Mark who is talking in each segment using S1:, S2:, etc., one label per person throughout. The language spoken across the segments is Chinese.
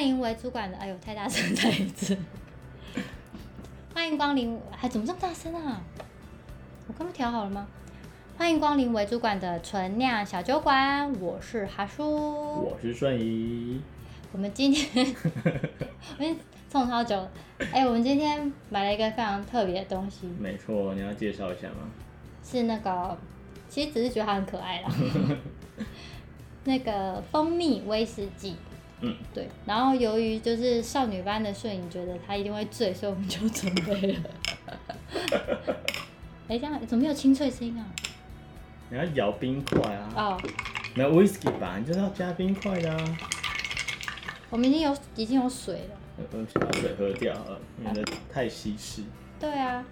S1: 迎为主管的，哎呦，太大声， 再一次。欢迎光临，哎，怎么这么大声啊？我刚刚调好了吗？欢迎光临为主管的纯酿小酒馆，我是哈叔。
S2: 我是瞬移，
S1: 我们今天， 我们蹭超久了，哎，我们今天买了一个非常特别的东西，
S2: 没错，你要介绍一下吗？
S1: 是那个，其实只是觉得它很可爱 啦。那个蜂蜜威士忌，
S2: 嗯，
S1: 对。然后由于就是少女般的摄影觉得她一定会醉，所以我们就准备 了。哎，这样怎么没有清脆声音啊？
S2: 你要摇冰块啊，
S1: 哦，
S2: 没有 whisky 吧？你就是要加冰块的啊。
S1: 我们已经有已经有水了。
S2: 我我先把呃水喝掉呃了，免得太稀释。
S1: 对啊。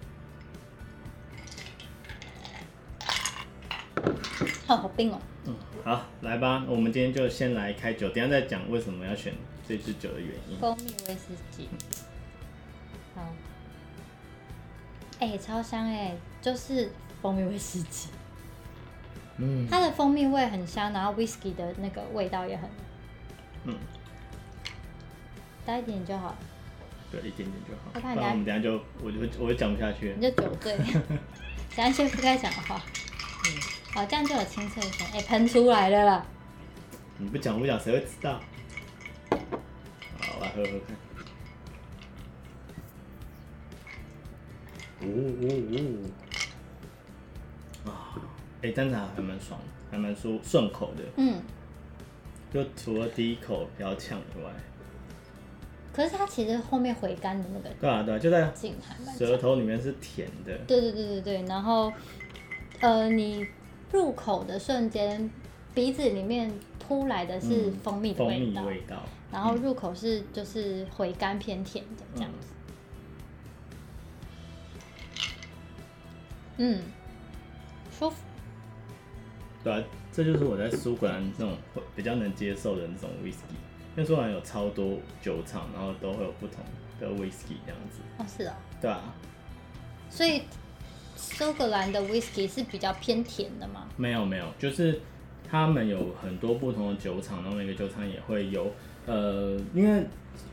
S1: 哦，好冰哦！
S2: 嗯，好，来吧，我们今天就先来开酒，等一下再讲为什么要选这支酒的原因。
S1: 蜂蜜威士忌。好。哎、超香哎、就是蜂蜜威士忌。
S2: 嗯
S1: 它的蜂蜜味很香，然后 whisky 的那个味道也很，
S2: 嗯，
S1: 加一点点就好，
S2: 对，一点点就好，
S1: 我怕
S2: 不
S1: 你
S2: 然我们等一下就我就我就讲不下去了
S1: 你。就酒醉了，讲一些不该讲的话。嗯，哦，这样就有清脆声，哎、喷出来了啦。
S2: 你不讲我不讲，谁会知道？好，我来喝喝看。呜呜呜！啊，哎、但是还蛮爽的，还蛮舒顺口的。
S1: 嗯，
S2: 就除了第一口比较呛以外，
S1: 可是它其实后面回甘的那个
S2: 对啊对啊，就在
S1: 劲还蛮强。
S2: 舌头里面是甜的。
S1: 对对对对对，然后，呃，你入口的瞬间，鼻子里面扑来的是
S2: 嗯
S1: 蜂蜜的
S2: 蜂
S1: 味
S2: 蜜
S1: 道，
S2: 味嗯道，
S1: 然后入口是就是回甘偏甜的这样子。嗯，舒服。
S2: 对啊，这就是我在苏格兰那种会比较能接受的那种 whisky，因为苏格兰有超多酒厂，然后都会有不同的 whisky 这样子。
S1: 哦，是哦。
S2: 对啊，
S1: 所以苏格兰的 whisky 是比较偏甜的嘛？
S2: 没有没有，就是他们有很多不同的酒厂，然后每个酒厂也会有呃，因为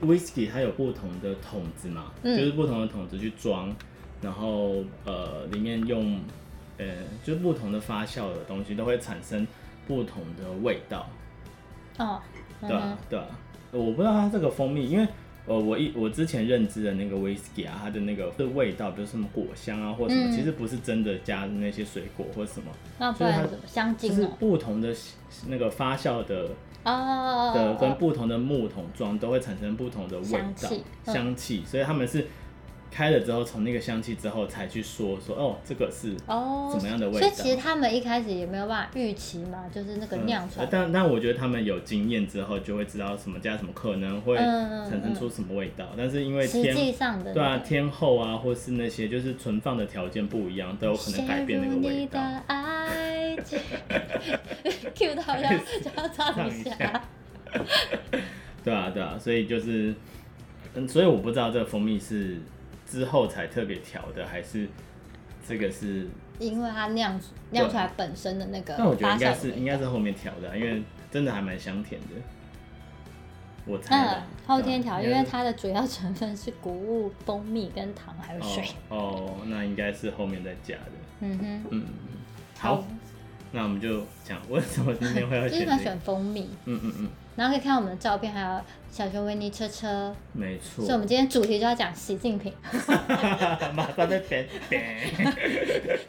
S2: whisky 它有不同的桶子嘛，
S1: 嗯
S2: 就是不同的桶子去装，然后呃里面用呃就是不同的发酵的东西都会产生不同的味道，
S1: 哦，嗯
S2: 对啊
S1: 哼，
S2: 对啊，我不知道它这个蜂蜜，因为呃，我一我之前认知的那个 whisky 啊，它的那个的味道，比如什么果香啊，或什么，
S1: 嗯
S2: 其实不是真的加那些水果或什么，
S1: 那不然怎么香
S2: 就
S1: 精
S2: 是
S1: 哦？
S2: 不同的那个发酵的
S1: 哦哦
S2: 的
S1: 哦
S2: 跟
S1: 哦
S2: 不同的木桶装都会产生不同的味
S1: 香
S2: 道
S1: 气嗯
S2: 香气，所以他们是开了之后，从那个香气之后才去说说哦，这个是
S1: 哦哦，
S2: 怎么样的味
S1: 所以
S2: 道
S1: 其实他们一开始也没有办法预期嘛，就是那个酿出来
S2: 呃但但我觉得他们有经验之后，就会知道什么加什么可能会
S1: 嗯嗯嗯
S2: 产生出什么味道。但是因为
S1: 实际
S2: 天
S1: 上的
S2: 对啊
S1: 那个。
S2: 天候啊，或是那些就是存放的条件不一样，都有可能改变那个味道。
S1: 陷入你的爱情 ，Q 到 要就要唱一
S2: 唱一
S1: 下
S2: 下。对啊对啊，所以就是，嗯，所以我不知道这个蜂蜜是之后才特别调的，还是这个是？
S1: 因为它酿出酿出来本身的那个
S2: 但我觉得
S1: 发
S2: 应该
S1: 酵
S2: 是
S1: 的
S2: 应
S1: 味道，
S2: 该是后面调的啊、因为真的还蛮香甜的。我猜的
S1: 嗯，后天调，因
S2: 对啊
S1: 为它的主要成分是谷物、蜂蜜跟糖还有水。
S2: 哦。哦，那应该是后面再加的。
S1: 嗯哼，
S2: 嗯，好，那我们就讲为什么今天会要
S1: 就是
S2: 选、
S1: 想
S2: 这个。
S1: 选蜂蜜，
S2: 嗯嗯嗯，
S1: 然后可以看我们的照片，还有小熊维尼车车。
S2: 没
S1: 所
S2: 错
S1: 以，我们今天主题就要讲习近平。
S2: 马上在点点。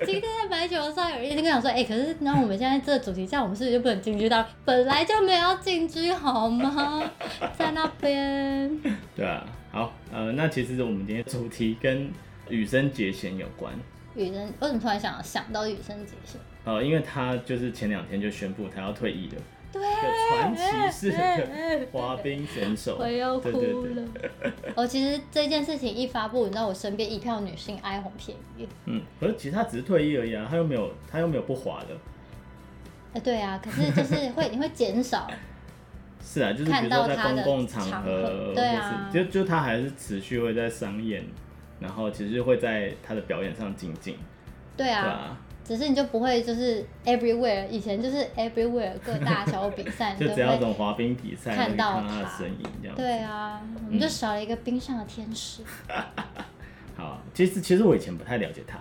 S1: 今天在白酒上有一天跟我说，哎、可是那我们现在这个主题下，我们是不是就不能进军到？本来就没有要进军好 吗？在那边，
S2: 对啊，好，呃，那其实我们今天主题跟羽生结弦有关，
S1: 雨生为什么突然想想到羽生结弦？
S2: 呃，因为他就是前两天就宣布他要退役了，
S1: 对，
S2: 一个传奇式的
S1: 嗯
S2: 滑冰选手，
S1: 我又哭
S2: 对对对，
S1: 了。哦，其实这件事情一发布，你知道我身边一票女性哀鸿遍野。
S2: 嗯，可是其实他只是退役而已啊，他又没有他又没有不滑的，
S1: 哎，对啊，可是就是会你会减 少，
S2: 是啊，就是比
S1: 看
S2: 如
S1: 到
S2: 说
S1: 他
S2: 在
S1: 的
S2: 公共场
S1: 场合
S2: 合，
S1: 对啊
S2: 或是就就他还是持续会在商演，然后其实会在他的表演上精进，
S1: 对
S2: 对
S1: 啊，
S2: 啊，
S1: 只是你就不会就是 everywhere，以前就是 everywhere 各大小比 赛
S2: 就
S1: 都
S2: 只要这
S1: 会。
S2: 种滑冰比赛，
S1: 看
S2: 你
S1: 到
S2: 就看到他的
S1: 他
S2: 身影这样。
S1: 对啊，我们就少了一个冰上的天使。
S2: 好，其实其实我以前不太了解他，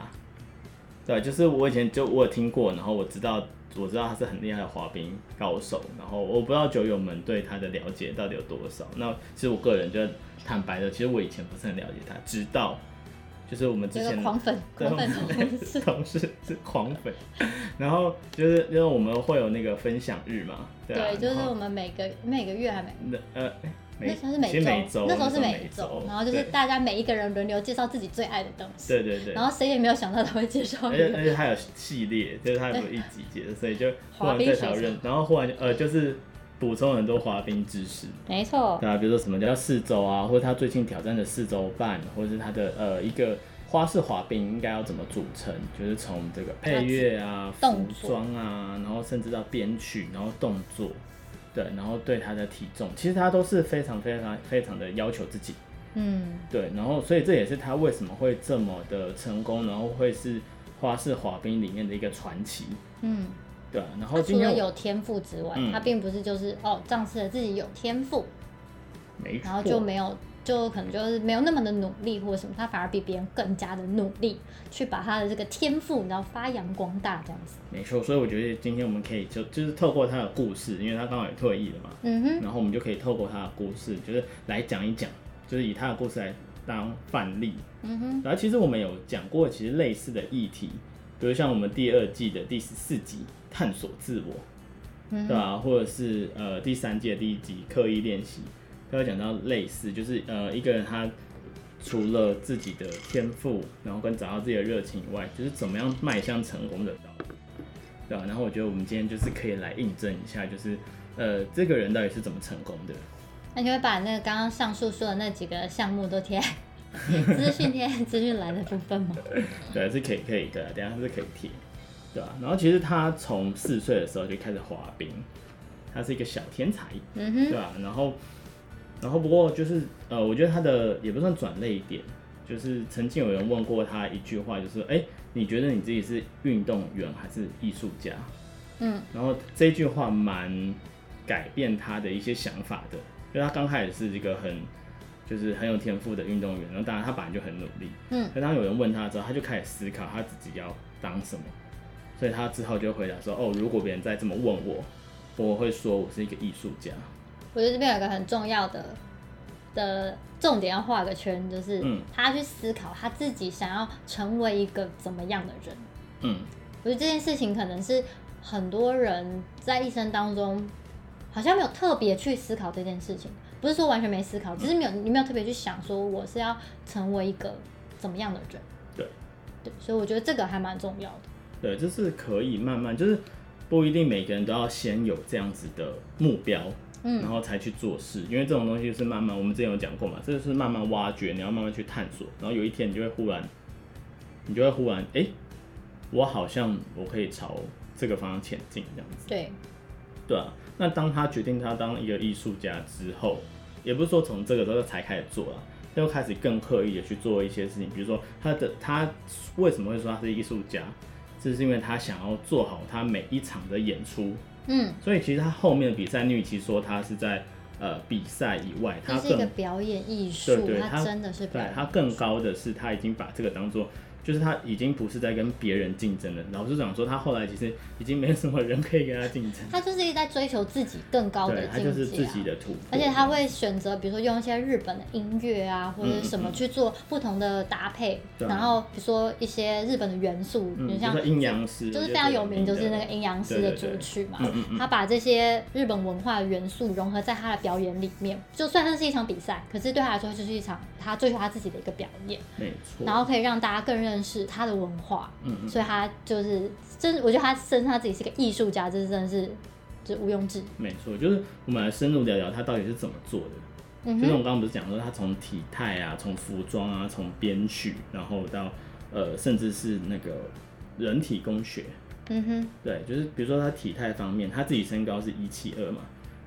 S2: 对，就是我以前就我有听过，然后我知道我知道他是很厉害的滑冰高手，然后我不知道酒友们对他的了解到底有多少。那其实我个人就坦白的，其实我以前不是很了解他，直到就是我们之
S1: 有
S2: 前
S1: 个狂粉，
S2: 对
S1: 狂粉
S2: 我们
S1: 同事，
S2: 同事是狂粉， 然后就是因为我们会有那个分享日嘛， 对啊，
S1: 对，就是
S2: 然后
S1: 我们每个每个月还每
S2: 那呃，
S1: 那时候是
S2: 每其实每
S1: 周，那时候是
S2: 每
S1: 周，然后就是
S2: 对
S1: 大家每一个人轮流介绍自己最爱的东西，
S2: 对对对，
S1: 然后谁也没有想到他会介绍
S2: 而
S1: 一
S2: 且
S1: 个
S2: 而且它有系列，就是它有一集节的，所以就忽
S1: 滑
S2: 然
S1: 冰
S2: 在讨
S1: 选
S2: 论，然后忽然就呃就是补充很多滑冰知识，
S1: 没错，
S2: 对啊，比如说什么叫四周啊，或者他最近挑战的四周半，或者是他的呃一个花式滑冰应该要怎么组成，就是从这个配乐啊、
S1: 它
S2: 服
S1: 动作
S2: 装啊，然后甚至到编曲，然后动作，对，然后对他的体重，其实他都是非常非常非常的要求自己。
S1: 嗯，
S2: 对，然后所以这也是他为什么会这么的成功，然后会是花式滑冰里面的一个传奇，
S1: 嗯，
S2: 对啊、然后
S1: 他
S2: 今
S1: 除了
S2: 天我
S1: 有天赋之外，
S2: 嗯
S1: 他并不是就是哦仗势了自己有天赋，
S2: 没
S1: 然后就
S2: 错，
S1: 没有就可能就是没有那么的努力或者什么，他反而比别人更加的努力去把他的这个天赋，你知道发扬光大这样子。
S2: 没错，所以我觉得今天我们可以就就是透过他的故事，因为他刚好也退役了嘛，
S1: 嗯哼，
S2: 然后我们就可以透过他的故事，就是来讲一讲，就是以他的故事来当范例。
S1: 嗯哼，
S2: 然后其实我们有讲过，其实类似的议题，比如像我们第二季的第十四集《探索自我》，
S1: 嗯
S2: 对啊，或者是呃第三季的第一集刻意练习，都有讲到类似，就是呃一个人他除了自己的天赋，然后跟找到自己的热情以外，就是怎么样迈向成功的道路，对啊，然后我觉得我们今天就是可以来印证一下，就是呃这个人到底是怎么成功的。
S1: 那就会把那个刚刚上述说的那几个项目都贴在资讯贴在资讯栏的部分嘛。
S2: 对，啊是可以可以的，等一下是可以贴，对吧、啊然后其实他从四岁的时候就开始滑冰，他是一个小天才，
S1: 嗯
S2: 对
S1: 哼，
S2: 吧、然后，然后不过就是呃，我觉得他的也不算转泪点，就是曾经有人问过他一句话，就是哎、你觉得你自己是运动员还是艺术家？
S1: 嗯，
S2: 然后这句话蛮改变他的一些想法的，因为他刚开始是一个很就是很有天赋的运动员，然后当然他本来就很努力，
S1: 嗯，
S2: 可当有人问他之后，他就开始思考他自己要当什么，所以他之后就回答说，哦，如果别人再这么问我，我会说我是一个艺术家，
S1: 我觉得这边有一个很重要的的重点要画个圈，就是
S2: 嗯
S1: 他去思考他自己想要成为一个怎么样的人。
S2: 嗯，
S1: 我觉得这件事情可能是很多人在一生当中好像没有特别去思考这件事情，不是说完全没思考，只是没有你没有特别去想说我是要成为一个怎么样的人。
S2: 对，
S1: 对，所以我觉得这个还蛮重要的。
S2: 对，就是可以慢慢，就是不一定每个人都要先有这样子的目标，
S1: 嗯
S2: 然后才去做事，因为这种东西是慢慢，我们之前有讲过嘛，这就是慢慢挖掘，你要慢慢去探索，然后有一天你就会忽然，你就会忽然，哎、我好像我可以朝这个方向前进，这样子，
S1: 对，
S2: 对啊。那当他决定他当一个艺术家之后，也不是说从这个时候才开始做啊。他又开始更刻意的去做一些事情，比如说他的他为什么会说他是艺术家，这是因为他想要做好他每一场的演出，
S1: 嗯，
S2: 所以其实他后面的比赛，你与其说他是在呃比赛以外，
S1: 这
S2: 他
S1: 是一个
S2: 更
S1: 表演艺术
S2: 对对，
S1: 它
S2: 他
S1: 真的是表
S2: 对
S1: 演。
S2: 他更高的是，他已经把这个当做。就是他已经不是在跟别人竞争了。老实讲说，他后来其实已经没什么人可以跟他竞争，
S1: 他就是一直在追求自己更高的
S2: 对他就是
S1: 境界、
S2: 自
S1: 啊，
S2: 己的突破。
S1: 而且他会选择，比如说用一些日本的音乐啊，或者是什么去做不同的搭配，
S2: 嗯对啊
S1: 然后比如说一些日本的元素，
S2: 嗯，
S1: 比如
S2: 就
S1: 像
S2: 是阴阳师，
S1: 就是
S2: 我觉得
S1: 非常有名，就
S2: 的
S1: 是那个阴阳师的主曲嘛
S2: 对对对嗯嗯嗯，
S1: 他把这些日本文化的元素融合在他的表演里面，就算那是一场比赛，可是对他来说就是一场他追求他自己的一个表演，
S2: 没错。
S1: 然后可以让大家更认识他的文化，
S2: 嗯嗯，
S1: 所以他就是真，我觉得他身上自己是个艺术家，这真的是就毋庸置疑。
S2: 没错，就是我们来深入聊聊他到底是怎么做的。
S1: 嗯
S2: 就是
S1: 哼，
S2: 我们刚刚不是讲说，他从体态啊，从服装啊，从编曲，然后到呃，甚至是那个人体工学，
S1: 嗯哼，
S2: 对，就是比如说他体态方面，他自己身高是一七二嘛，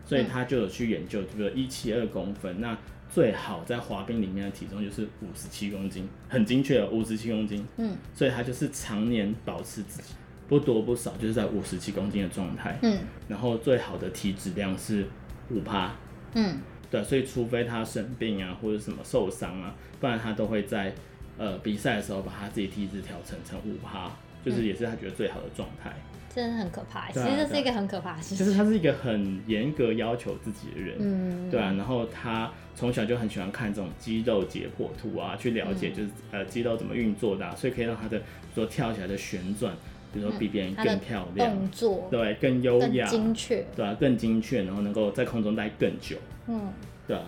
S2: 所以
S1: 嗯
S2: 他就有去研究，比如一七二公分，那最好在滑冰里面的体重就是哦五十七公斤，很精确，五十七公斤，
S1: 嗯，
S2: 所以他就是常年保持自己不多不少，就是在五十七公斤的状态。
S1: 嗯
S2: 然后最好的体脂量是五趴，
S1: 嗯
S2: 对，所以除非他生病啊或者什么受伤啊，不然他都会在呃比赛的时候把他自己体脂调成成五趴，
S1: 嗯
S2: 就是也是他觉得最好的状态。
S1: 真的很可怕。其
S2: 对啊
S1: 实这是一个很可怕的事
S2: 就是
S1: 情。
S2: 他是一个很严格要求自己的人，
S1: 嗯，
S2: 对啊，然后他从小就很喜欢看这种肌肉解剖图啊，去了
S1: 嗯
S2: 解就是、呃肌肉怎么运作的啊、所以可以让他的比如说跳起来的旋转，比如说比别人
S1: 嗯他的
S2: 更漂亮，
S1: 动作
S2: 对，更优
S1: 更
S2: 雅，
S1: 精确。
S2: 对啊，更精确，然后能够在空中待更久，
S1: 嗯
S2: 对啊。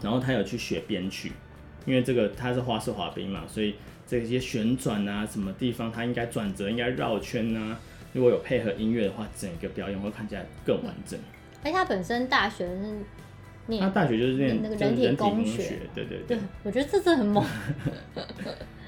S2: 然后他有去学编曲，因为这个他是花式滑冰嘛，所以这些旋转啊，什么地方他应该转折，应该绕圈啊，如果有配合音乐的话，整个表演会看起来更完整。
S1: 而且他本身大学是
S2: 他
S1: 念，
S2: 大学就是念
S1: 嗯那个
S2: 就是
S1: 人体
S2: 人体
S1: 工
S2: 工
S1: 学
S2: 学，对对啊对
S1: 对，我觉得这次很 猛。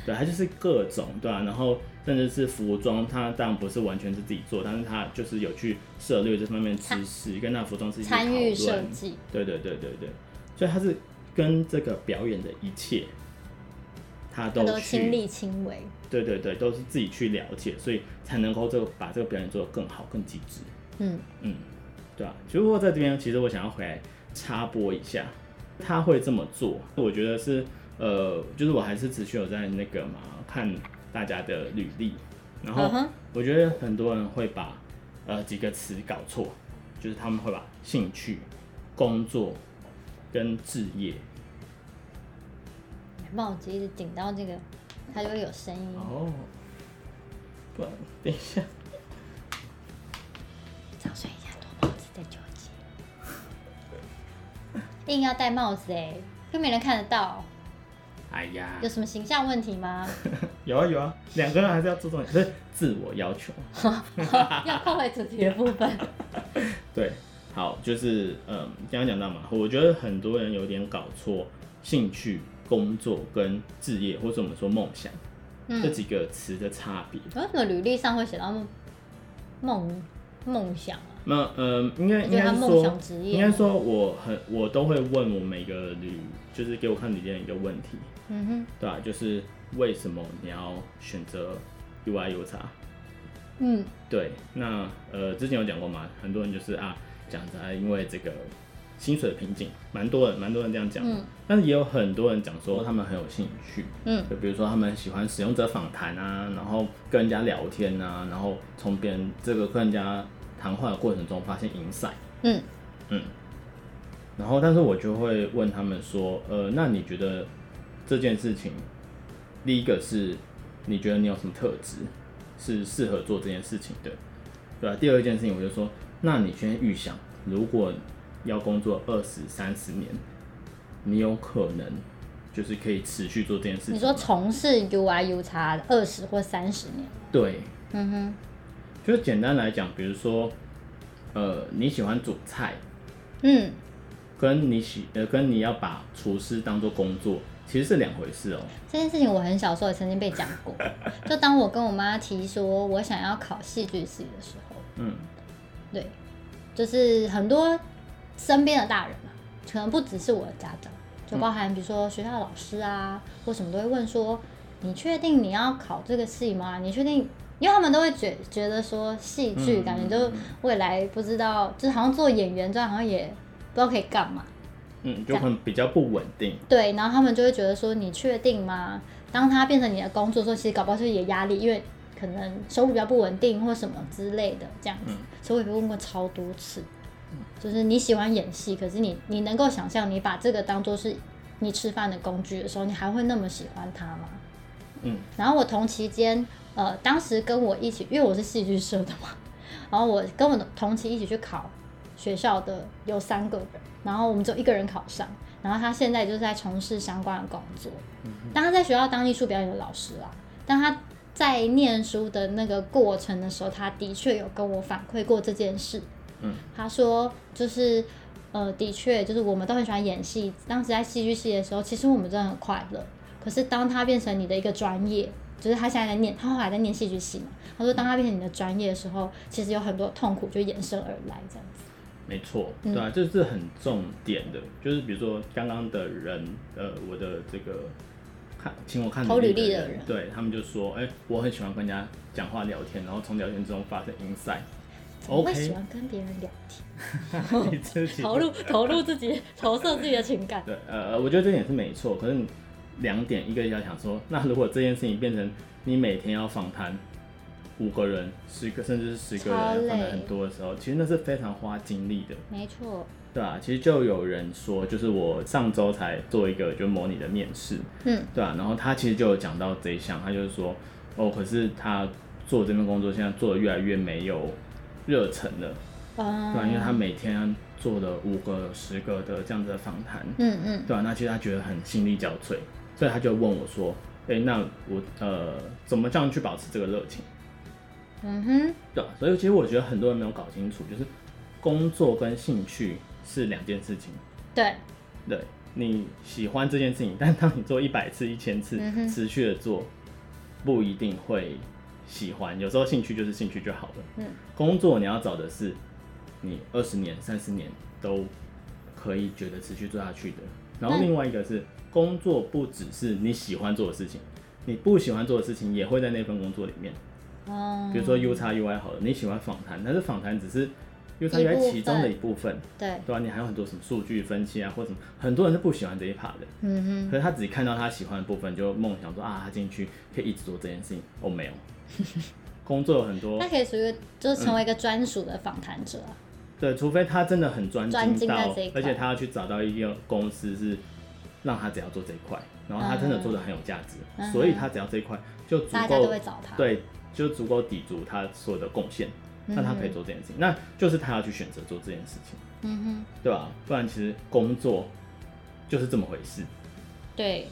S2: 对，他就是各种对啊，然后甚至是服装，他当然不是完全是自己做，但是他就是有去涉猎这方面的知识，跟那服装是一起
S1: 参与
S2: 讨
S1: 设
S2: 论
S1: 计，
S2: 对对对对对，所以他是跟这个表演的一切，
S1: 他
S2: 他都
S1: 都
S2: 去
S1: 亲力亲为。
S2: 对对对，都是自己去了解，所以才能够这个把这个表演做得更好、更极致。
S1: 嗯，
S2: 嗯，对啊。只不过在这边，其实我想要回来插播一下，他会这么做，我觉得是呃，就是我还是持续有在那个嘛看大家的履历，然
S1: 嗯
S2: 后
S1: 哼，
S2: 我觉得很多人会把呃几个词搞错，就是他们会把兴趣、工作跟置业。
S1: 帮我直接顶到这个，它就会有声音。
S2: 哦，不然，等一下，
S1: 早睡一下，脱帽子再纠结。 硬要戴帽子哎、又没人看得到，
S2: 哎呀
S1: 有，什么形象问题吗？
S2: 有啊有啊，两个人还是要注重，不是自我要求。
S1: 要扣回主题的部 分。
S2: 对，好，就是嗯，刚刚讲到嘛，我觉得很多人有点搞错兴趣、工作跟置业，或者我们说梦想、这
S1: 嗯，
S2: 几个词的差别。
S1: 为什么履历上会写到梦梦梦想啊？
S2: 那呃，应该
S1: 你
S2: 应
S1: 觉得
S2: 该
S1: 他
S2: 是
S1: 梦
S2: 说
S1: 想，职
S2: 应
S1: 业
S2: 该？说我很我都会问我每个旅，就是给我看旅店一个问题，
S1: 嗯
S2: 对吧、就是为什么你要选择 UI U 啊叉？
S1: 哼，嗯
S2: 对，那呃之前有讲过嘛，很多人就是啊讲着啊因为这个薪水的瓶颈，蛮多人蛮多人这样讲的，
S1: 嗯
S2: 但是也有很多人讲说他们很有兴趣，
S1: 嗯
S2: 就比如说他们喜欢使用者访谈啊，然后跟人家聊天啊，然后从别人这个跟人家谈话的过程中发现 insight，
S1: 嗯，
S2: 嗯，然后但是我就会问他们说，呃，那你觉得这件事情，第一个是你觉得你有什么特质是适合做这件事情的，对啊吧、第二件事情我就说，那你先预想，如果要工作二十三十年，你有可能就是可以持续做这件事情吗。
S1: 你说从事 UI U 叉二十或三十年？
S2: 对，
S1: 嗯哼，
S2: 就是简单来讲，比如说，呃，你喜欢煮菜，
S1: 嗯，
S2: 跟你喜呃跟你要把厨师当做工作，其实是两回事哦、
S1: 这件事情我很小时候也曾经被讲 过，就当我跟我妈提说我想要考戏剧系的时候，
S2: 嗯，
S1: 对，就是很多身边的大人嘛，啊可能不只是我的家长，
S2: 嗯
S1: 就包含比如说学校的老师啊，或什么都会问说，你确定你要考这个系吗？你确定？因为他们都会觉觉得说戏剧
S2: 嗯
S1: 感觉就未来不知道，就是好像做演员这样好像也不知道可以干嘛，
S2: 嗯，就很比较不稳定。
S1: 对，然后他们就会觉得说你确定吗？当它变成你的工作的时候，其实搞不好是你的压力，因为可能收入比较不稳定或什么之类的这样子。
S2: 嗯
S1: 所以我也被问过超多次，就是你喜欢演戏，可是你你能够想象你把这个当做是你吃饭的工具的时候，你还会那么喜欢它吗？
S2: 嗯
S1: 然后我同期间，呃，当时跟我一起，因为我是戏剧社的嘛， 然后我跟我同期一起去考学校的有三个人，然后我们只有一个人考上，然后他现在就是在从事相关的工作，但他在学校当艺术表演的老师啦，但他在念书的那个过程的时候，他的确有跟我反馈过这件事，
S2: 嗯
S1: 他说就是。呃，的确，就是我们都很喜欢演戏。当时在戏剧系的时候，其实我们真的很快乐。可是当它变成你的一个专业，就是他现在在念，他后来在念戏剧系嘛。他说，当它变成你的专业的时候，其实有很多痛苦就衍生而来，这样子。
S2: 没错，
S1: 嗯
S2: 对啊，这是很重点的，就是比如说刚刚的人，呃，我的这个看请我看
S1: 投履
S2: 历
S1: 历
S2: 的
S1: 的人
S2: 对他们就说，哎、我很喜欢跟人家讲话聊天，然后从聊天中发生 insight。
S1: 我会喜
S2: OK，
S1: 欢跟别人聊天，
S2: 你 自己
S1: 投入投入自己，投射自己的情感。
S2: 对，呃，我觉得这点是没错。可是你两点，一个要想说，那如果这件事情变成你每天要访谈五个人、十个，甚至是十个
S1: 超
S2: 人，
S1: 累
S2: 访谈很多的时候，其实那是非常花精力的，
S1: 没错，
S2: 对啊，其实就有人说，就是我上周才做一个就模拟的面试，
S1: 嗯，
S2: 对啊，然后他其实就有讲到这一项，他就是说，哦，可是他做这份工作现在做的越来越没有热忱了，对啊，因为他
S1: 嗯
S2: 每天做了五个、十个的这样子的访谈，
S1: 嗯嗯，
S2: 对啊，那其实他觉得很心力交瘁，所以他就问我说：“哎、那我呃怎么这样去保持这个热情
S1: 嗯哼，？”
S2: 对啊，所以其实我觉得很多人没有搞清楚，就是工作跟兴趣是两件事情。
S1: 对，
S2: 对，你喜欢这件事情，但当你做一百次、一千次
S1: 嗯，哼
S2: 持续的做，不一定会喜欢。有时候兴趣就是兴趣就好了。
S1: 嗯，
S2: 工作你要找的是你二十年、三十年都可以觉得持续做下去的。然后
S1: 那
S2: 另外一个是，工作不只是你喜欢做的事情，你不喜欢做的事情也会在那份工作里面。
S1: 嗯，
S2: 比如说 U 叉 UI 好了，你喜欢访谈，但是访谈只是 U 叉
S1: 一部
S2: UI 其中的
S1: 分
S2: 一部分。
S1: 对，
S2: 对啊，你还有很多什么数据分析啊，或者什么，很多人是不喜欢这一 part 的，
S1: 嗯
S2: 可是他只看到他喜欢的部分，就梦想说啊，他进去可以一直做这件事情。哦，没有，工作有很
S1: 哼，
S2: 多
S1: 那，可以属于就是成为一个专属的访谈者啊，
S2: 对，除非他真的很专
S1: 专
S2: 精
S1: 精在
S2: 到
S1: 这一，块
S2: 而且他要去找到一个公司是让他只要做这一块，然后他真的做的很有价值，
S1: 嗯
S2: 所以他只要这一块就足
S1: 大家都
S2: 够
S1: 会，找他。，
S2: 对，就足够抵足他所有的贡献，那他可以做这件事情，那就是他要去选择做这件事情，
S1: 嗯
S2: 对吧、不然其实工作就是这么回事。
S1: 哼，对，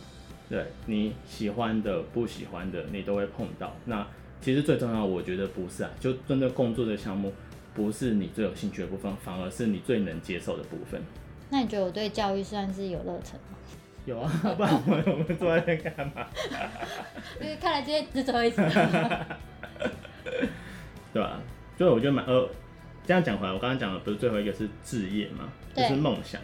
S2: 对你喜欢的、不喜欢的，你都会碰到。那其实最重要，我觉得不是啊，就真的工作的项目，不是你最有兴趣的部分，反而是你最能接受的部分。
S1: 那你觉得我对教育算是有热忱吗？
S2: 有啊， 不然我们我们坐在这干嘛？
S1: 因为看来今天只最后一次。
S2: 对吧、所以我觉得蛮呃，这样讲回来，我刚刚讲的不是最后一个是置业嘛，就
S1: 对
S2: 是梦想。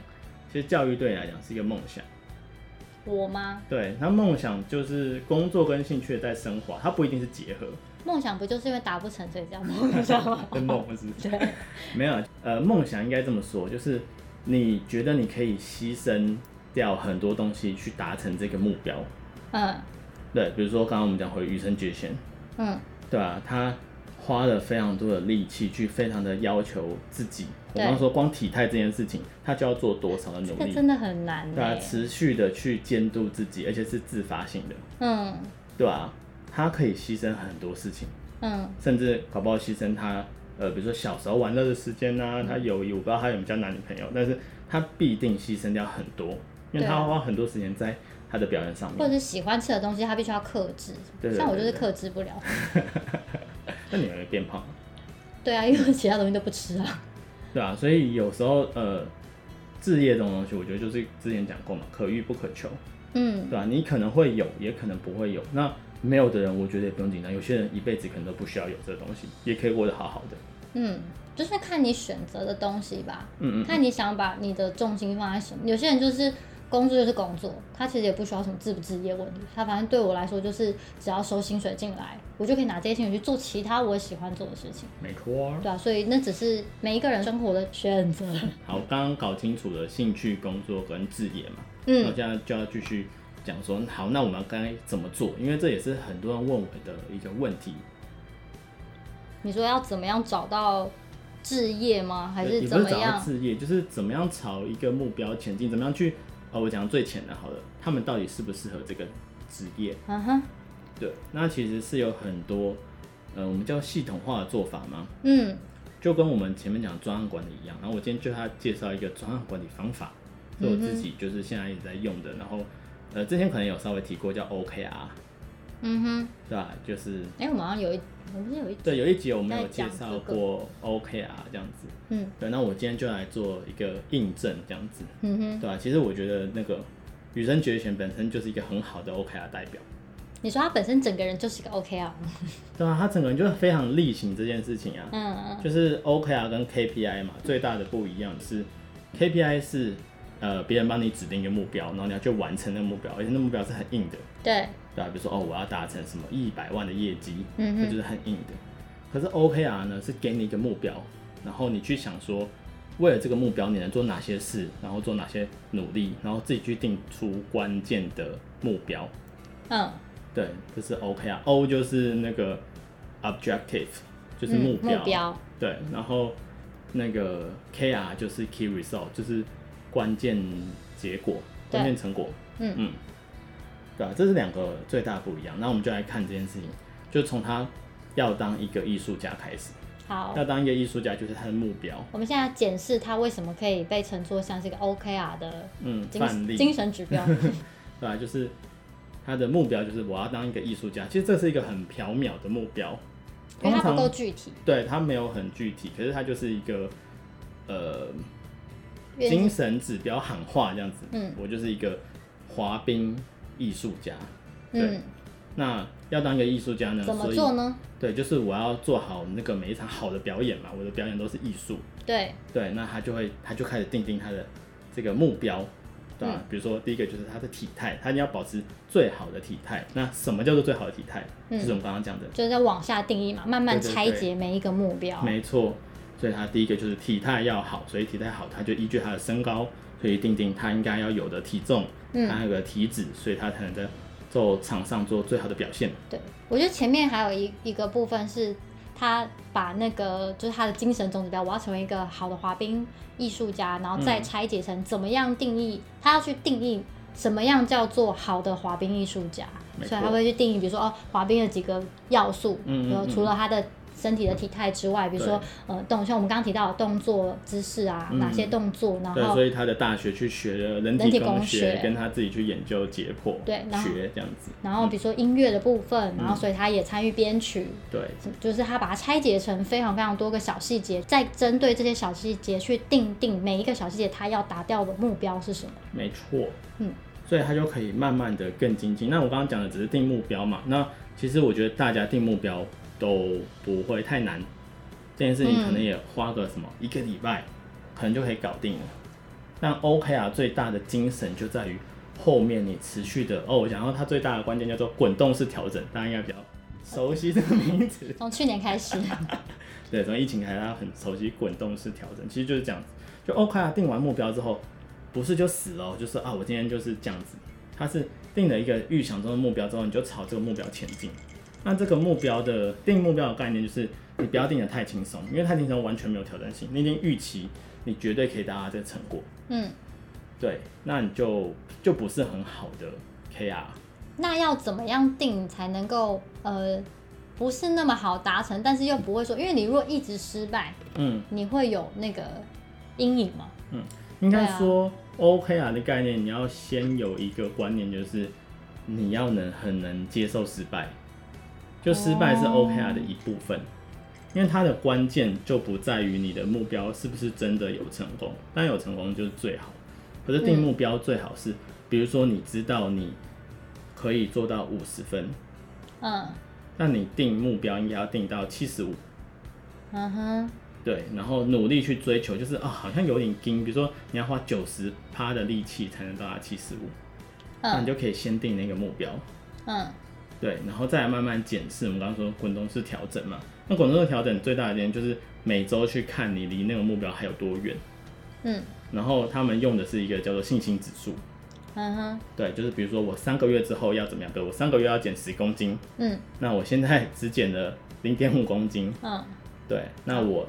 S2: 其实教育对你来讲是一个梦想，
S1: 我吗？
S2: 对，那梦想就是工作跟兴趣在升华，它不一定是结合，
S1: 梦想不就是因为达不成所以这样梦想吗？
S2: 跟梦是
S1: 对，
S2: 没有，呃，梦想应该这么说，就是你觉得你可以牺牲掉很多东西去达成这个目标。
S1: 嗯
S2: 对，比如说刚刚我们讲回羽生结弦，
S1: 嗯，
S2: 对啊，他花了非常多的力气去非常的要求自己。我
S1: 对
S2: 刚说光体态这件事情，他就要做多少的
S1: 这
S2: 努
S1: 个
S2: 力，
S1: 真的很难
S2: 对啊，
S1: 欸
S2: 持续的去监督自己，而且是自发性的，
S1: 嗯
S2: 对啊，他可以牺牲很多事情。
S1: 嗯，
S2: 甚至搞不好牺牲他呃，比如说小时候玩乐的时间
S1: 嗯
S2: 呐、他友谊，我不知道他有没有交男女朋友，但是他必定牺牲掉很多，因为
S1: 对啊
S2: 他花很多时间在他的表演上
S1: 或
S2: 面。
S1: 者是喜欢吃的东西，他必须要克制
S2: 对。对
S1: 像我就是
S2: 对对
S1: 克制不了。
S2: 那你会变胖，
S1: 对啊，因为其他东西都不吃啊。
S2: 对吧、所以有时候呃，置业这种东西，我觉得就是之前讲过嘛，可遇不可求，
S1: 嗯
S2: 对，吧、你可能会有，也可能不会有。那没有的人，我觉得也不用紧张。有些人一辈子可能都不需要有这个东西，也可以过得好好的。
S1: 嗯，就是看你选择的东西吧，
S2: 嗯嗯，
S1: 看你想把你的重心放在什么。有些人就是工作就是工作，他其实也不需要什么置不置业问题，他反正对我来说就是只要收薪水进来，我就可以拿这些薪水去做其他我喜欢做的事情，
S2: 没错啊。
S1: 对啊，所以那只是每一个人生活的选 择。
S2: 好，刚刚搞清楚了兴趣、工作跟置业嘛。那
S1: 嗯
S2: 现在就要继续讲说，好，那我们该怎么做？因为这也是很多人问我的一个问题，
S1: 你说要怎么样找到置业吗？还
S2: 也
S1: 是
S2: 不
S1: 怎
S2: 是
S1: 么
S2: 找到
S1: 样？
S2: 置业，就是怎么样朝一个目标前进，怎么样去，呃，我讲最浅的好了，他们到底适不适合这个职业？
S1: 嗯哼，
S2: 对，那其实是有很多，呃，我们叫系统化的做法嘛，
S1: 嗯
S2: 就跟我们前面讲专案管理一样，然后我今天就他介绍一个专案管理方法，是我
S1: 嗯
S2: 自己就是现在也在用的，然后，呃，之前可能有稍微提过叫 OKR，
S1: 嗯哼，
S2: 对吧？就是
S1: 哎、我们好像有一，我们是有一，
S2: 对，有一集我们有
S1: 在
S2: 介
S1: 讲
S2: 绍
S1: 这个
S2: 过 OK 啊，这样子。
S1: 嗯
S2: 对，那我今天就来做一个印证，这样子，
S1: 嗯哼，
S2: 对吧、其实我觉得那个羽生结弦本身就是一个很好的 OK 啊代表，
S1: 你说他本身整个人就是一个 OK 啊，
S2: 对啊，他整个人就是非常力行这件事情啊。
S1: 嗯嗯。
S2: 就是 OK 啊跟 KPI 嘛，最大的不一样是 KPI 是呃别人帮你指定一个目标，然后你要去完成那个目标，而且那目标是很硬的，
S1: 对，
S2: 对吧、比如说哦，我要达成什么一百万的业绩，
S1: 嗯
S2: 那就
S1: 哼，
S2: 是很硬的。可是 OKR 呢，是给你一个目标，然后你去想说，为了这个目标你能做哪些事，然后做哪些努力，然后自己去定出关键的目标。
S1: 嗯，
S2: 对，这是 OKR，O 就是那个 objective，就是
S1: 嗯
S2: 目标。
S1: 目标，
S2: 对，然后那个 KR 就是 key result，就是关键结果、
S1: 对
S2: 关键成果。
S1: 嗯
S2: 嗯，对啊，这是两个最大的不一样。那我们就来看这件事情，就从他要当一个艺术家开始。
S1: 好。
S2: 要当一个艺术家就是他的目标，
S1: 我们现在检视它为什么可以被称作像是一个 OKR 的
S2: 嗯，范
S1: 精
S2: 例，
S1: 精神指 标。
S2: 对啊，就是他的目标就是我要当一个艺术家。其实这是一个很缥缈的目标，
S1: 因为它
S2: 通常
S1: 不够具体，
S2: 对他没有很具体，可是他就是一个呃
S1: 因
S2: 精
S1: 为
S2: 神指标喊话这样子。
S1: 嗯，
S2: 我就是一个滑冰艺术家。对
S1: 嗯，
S2: 那要当一个艺术家呢，
S1: 怎么
S2: 所以
S1: 做呢？
S2: 对，就是我要做好那个每一场好的表演嘛，我的表演都是艺术。
S1: 对，
S2: 对，那他就会他就开始定定他的这个目标，对吧、
S1: 嗯
S2: 比如说第一个就是他的体态，他一定要保持最好的体态。那什么叫做最好的体态？
S1: 嗯
S2: 就是我们刚刚讲的，
S1: 就是要往下定义嘛，慢慢
S2: 对对
S1: 拆
S2: 对
S1: 解每一个目标。
S2: 没错。所以他第一个就是体态要好，所以体态好，他就依据他的身高，所以定定他应该要有的体重，
S1: 嗯
S2: 他那个体脂，所以他才能在做场上做最好的表现。
S1: 对，我觉得前面还有一一个部分是他把那个就是他的精神总指标，我要成为一个好的滑冰艺术家，然后再
S2: 嗯
S1: 拆解成怎么样定义，他要去定义什么样叫做好的滑冰艺术家，
S2: 没
S1: 所以他
S2: 错
S1: 会去定义，比如说哦，滑冰的几个要素，
S2: 嗯
S1: 比如
S2: 嗯嗯
S1: 除了他的。身体的体态之外，比如说呃动，像我们刚刚提到的动作姿势啊，哪些
S2: 嗯
S1: 动作，然
S2: 对，
S1: 后
S2: 所以他的大学去学了人
S1: 人体
S2: 体工
S1: 工学
S2: 跟他自己去研究解剖
S1: 对然后
S2: 学这样子。
S1: 然后比如说音乐的部分，
S2: 嗯
S1: 然后所以他也参与编曲，
S2: 对，
S1: 就是他把它拆解成非常非常多个小细节，再针对这些小细节去定定每一个小细节他要达到的目标是什么。
S2: 没错，
S1: 嗯，
S2: 所以他就可以慢慢的更精进。那我刚刚讲的只是定目标嘛，那其实我觉得大家定目标都不会太难，这件事情
S1: 嗯
S2: 可能也花个什么、一个礼拜，可能就可以搞定了。但 OKR 最大的精神就在于后面你持续的哦，我想要它最大的关键叫做滚动式调整，大家应该比较熟悉这个名词。
S1: 从去年开 始，
S2: 对，从疫情开始，大家很熟悉滚动式调整，其实就是这样子。就 OKR 定完目标之后，不是就死了哦，就是啊，我今天就是这样子。它是定了一个预想中的目标之后，你就朝这个目标前进。那这个目标的定目标的概念就是，你不要定的太轻松，因为太轻松完全没有挑战性。你已经预期你绝对可以达到这个成果，
S1: 嗯，
S2: 对，那你就就不是很好的 KR。
S1: 那要怎么样定才能够呃不是那么好达成，但是又不会说，因为你如果一直失败，
S2: 嗯，
S1: 你会有那个阴影嘛？
S2: 应该
S1: 对啊
S2: 说 OKR 的概啊念，你要先有一个观念，就是你要能很能接受失败，就失败是
S1: 哦
S2: OKR 的一部分，因为它的关键就不在于你的目标是不是真的有成功，当然有成功就是最好，可是定
S1: 嗯
S2: 目标最好是，比如说你知道你可以做到五十分，
S1: 嗯
S2: 那你定目标应该要定到七十五，
S1: 嗯哼，
S2: 对，然后努力去追求，就是啊、好像有点精，比如说你要花九十趴的力气才能到达七十五，那你
S1: 嗯
S2: 就可以先定那个目标，
S1: 嗯
S2: 对，然后再来慢慢检视。我们刚刚说滚动式调整嘛，那滚动式调整最大的点就是每周去看你离那个目标还有多远，
S1: 嗯
S2: 然后他们用的是一个叫做信心指数，
S1: 嗯哼，
S2: 对，就是比如说我三个月之后要怎么样，对我三个月要减十公斤，
S1: 嗯
S2: 那我现在只减了零点五公斤，
S1: 嗯
S2: 对，那我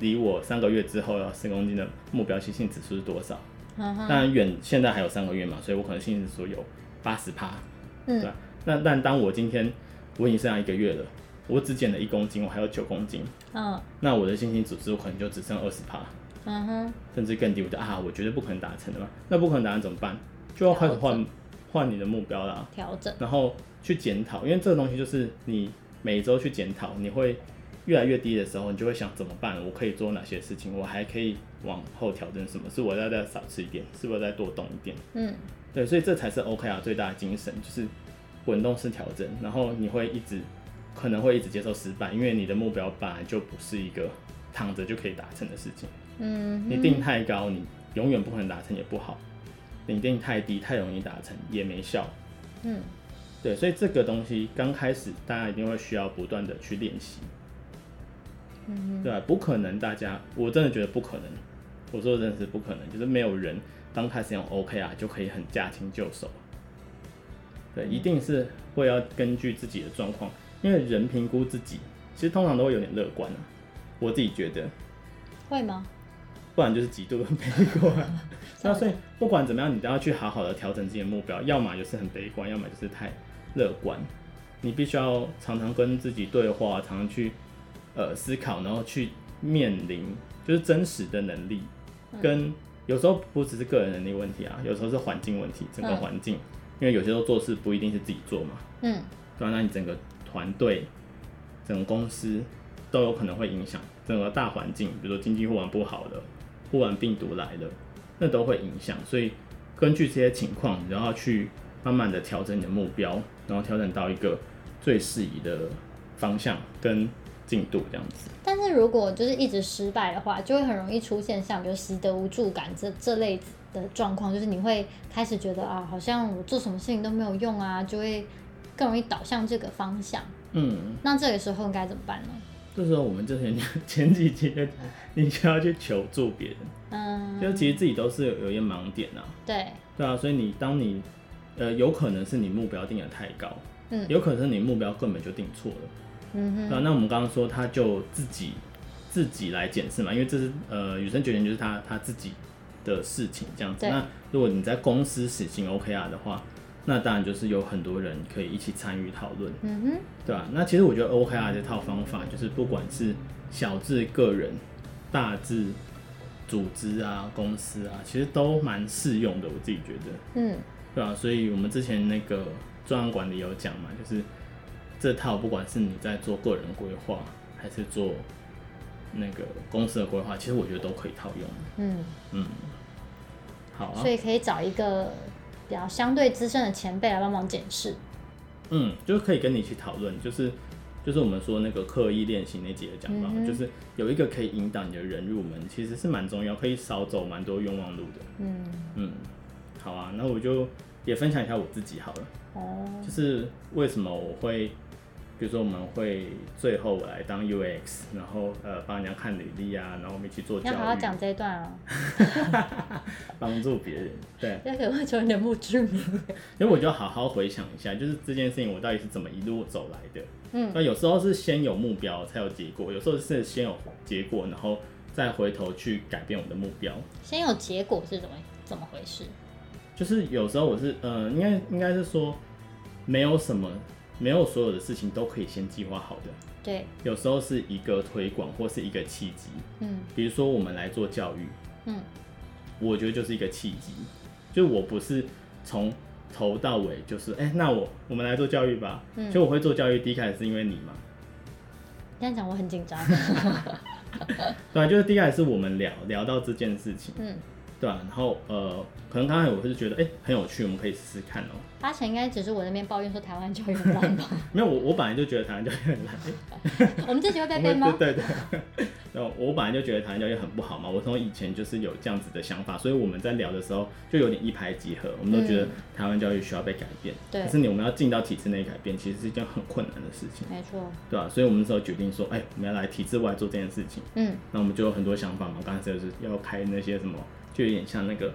S2: 离我三个月之后要十公斤的目标性性指数是多少？
S1: 嗯
S2: 当
S1: 哼，
S2: 然远现在还有三个月嘛，所以我可能性指数有八十趴，对
S1: 嗯
S2: 吧。那但当我今天我已经剩下一个月了，我只减了一公斤，我还有九公斤，
S1: 嗯
S2: 那我的信心指数可能就只剩二十趴，
S1: 嗯哼，
S2: 甚至更低。我就啊，我绝对不可能达成的嘛。那不可能达成怎么办？就要开始换换你的目标啦，
S1: 调整，
S2: 然后去检讨，因为这个东西就是你每周去检讨，你会越来越低的时候，你就会想怎么办？我可以做哪些事情？我还可以往后调整什么？是我要再少吃一点？是不是再多动一点？
S1: 嗯
S2: 对，所以这才是 OKR 最大的精神，就是滚动式调整。然后你会一直可能会一直接受失败，因为你的目标本来就不是一个躺着就可以达成的事情。
S1: 嗯哼，
S2: 你定太高，你永远不可能达成，也不好；你定太低，太容易达成，也没效。
S1: 嗯。
S2: 对，所以这个东西刚开始大家一定会需要不断的去练习，
S1: 嗯
S2: 对吧、啊不可能大家，我真的觉得不可能，我说的真的是不可能，就是没有人刚开始用 OK 啊就可以很驾轻就熟。对，一定是会要根据自己的状况，因为人评估自己，其实通常都会有点乐观啊，我自己觉得，
S1: 哼，会吗？
S2: 不然就是极度的 悲观。那所以不管怎么样，你都要去好好的调整自己的目标，要么就是很悲观，要么就是太乐观。你必须要常常跟自己对话，常常去呃思考，然后去面临就是真实的能力，跟有时候不只是个人能力问题啊，有时候是环境问题，整个
S1: 嗯
S2: 环境，因为有些时候做事不一定是自己做嘛，
S1: 嗯，
S2: 对啊，那你整个团队、整个公司都有可能会影响整个大环境，比如说经济忽然不好了，忽然病毒来了，那都会影响。所以根据这些情况，然后去慢慢的调整你的目标，然后调整到一个最适宜的方向跟进度这样子。
S1: 但是如果就是一直失败的话，就会很容易出现像比如习得无助感这这类的状况，就是你会开始觉得啊，好像我做什么事情都没有用啊，就会更容易导向这个方向。
S2: 嗯，
S1: 那这个时候应该怎么办呢？
S2: 这时候我们之前前几集就 你就要去求助别人，
S1: 嗯，
S2: 就其实自己都是有有一些盲点啊。
S1: 对，
S2: 对啊，所以你当你呃，有可能是你目标定的太高，
S1: 嗯
S2: 有可能是你目标根本就定错了，
S1: 嗯哼，
S2: 对啊，那我们刚刚说他就自己自己来检视嘛，因为这是呃，羽生结弦就是他他自己的事情这样子。
S1: 对
S2: 那如果你在公司实行 OKR 的话，那当然就是有很多人可以一起参与讨论，
S1: 嗯哼，
S2: 对啊，那其实我觉得 OKR 这套方法，就是不管是小至个人，大至组织啊、公司啊，其实都蛮适用的，我自己觉得。
S1: 嗯
S2: 对啊，所以我们之前那个专案管理有讲嘛，就是这套不管是你在做个人规划，还是做那个公司的规划，其实我觉得都可以套用。
S1: 嗯，
S2: 嗯，好啊
S1: 所，以可以找一个比较相对资深的前辈来帮忙检视。
S2: 嗯，就是可以跟你一起讨论，就是就是我们说那个刻意练习那节的讲到，
S1: 嗯哼
S2: 就是有一个可以引导你的人入门，其实是蛮重要，可以少走蛮多冤枉路的。
S1: 嗯，
S2: 嗯，好啊，那我就也分享一下我自己好了。
S1: 哦，
S2: 就是为什么我会，比如说我们会最后我来当 UX，然后呃帮人家看履历啊，然后我们一起做教
S1: 要好好
S2: 育，
S1: 讲这一段啊，
S2: 帮助别人。对，
S1: 要给我求你的墓志铭。
S2: 所以我就好好回想一下，就是这件事情我到底是怎么一路走来的。
S1: 嗯
S2: 那有时候是先有目标才有结果，有时候是先有结果，然后再回头去改变我的目标。
S1: 先有结果是怎么怎么回事？
S2: 就是有时候我是呃，应该应该是说，没有什么，没有所有的事情都可以先计划好的。
S1: 对，
S2: 有时候是一个推广或是一个契机，
S1: 嗯
S2: 比如说我们来做教育，
S1: 嗯
S2: 我觉得就是一个契机，就我不是从头到尾就是，哎、那我我们来做教育吧，
S1: 嗯
S2: 就我会做教育，第一开始是因为你嘛，
S1: 这样讲我很紧张。
S2: 对、啊，就是第一开始是我们聊聊到这件事情，
S1: 嗯，
S2: 对、啊，然后呃，可能刚才我是觉得，哎、很有趣，我们可以试试看哦、
S1: 八成应该只是我那边抱怨说台湾教育很烂 吧？
S2: 没有，我我本来就觉得台湾教育很烂，
S1: 我们这集会被
S2: 我
S1: 背
S2: 们
S1: 吗？
S2: 对对对。 然后我本来就觉得台湾教育很不好嘛，我从以前就是有这样子的想法，所以我们在聊的时候就有点一拍即合，我们都觉得
S1: 嗯
S2: 台湾教育需要被改变。
S1: 对
S2: 可是你我们要进到体制内改变，其实是一件很困难的事情，
S1: 没错，
S2: 对吧、所以我们那时候决定说，哎、我们要来体制外做这件事情。
S1: 嗯，
S2: 那我们就有很多想法嘛，刚才就是要开那些什么，就有点像那个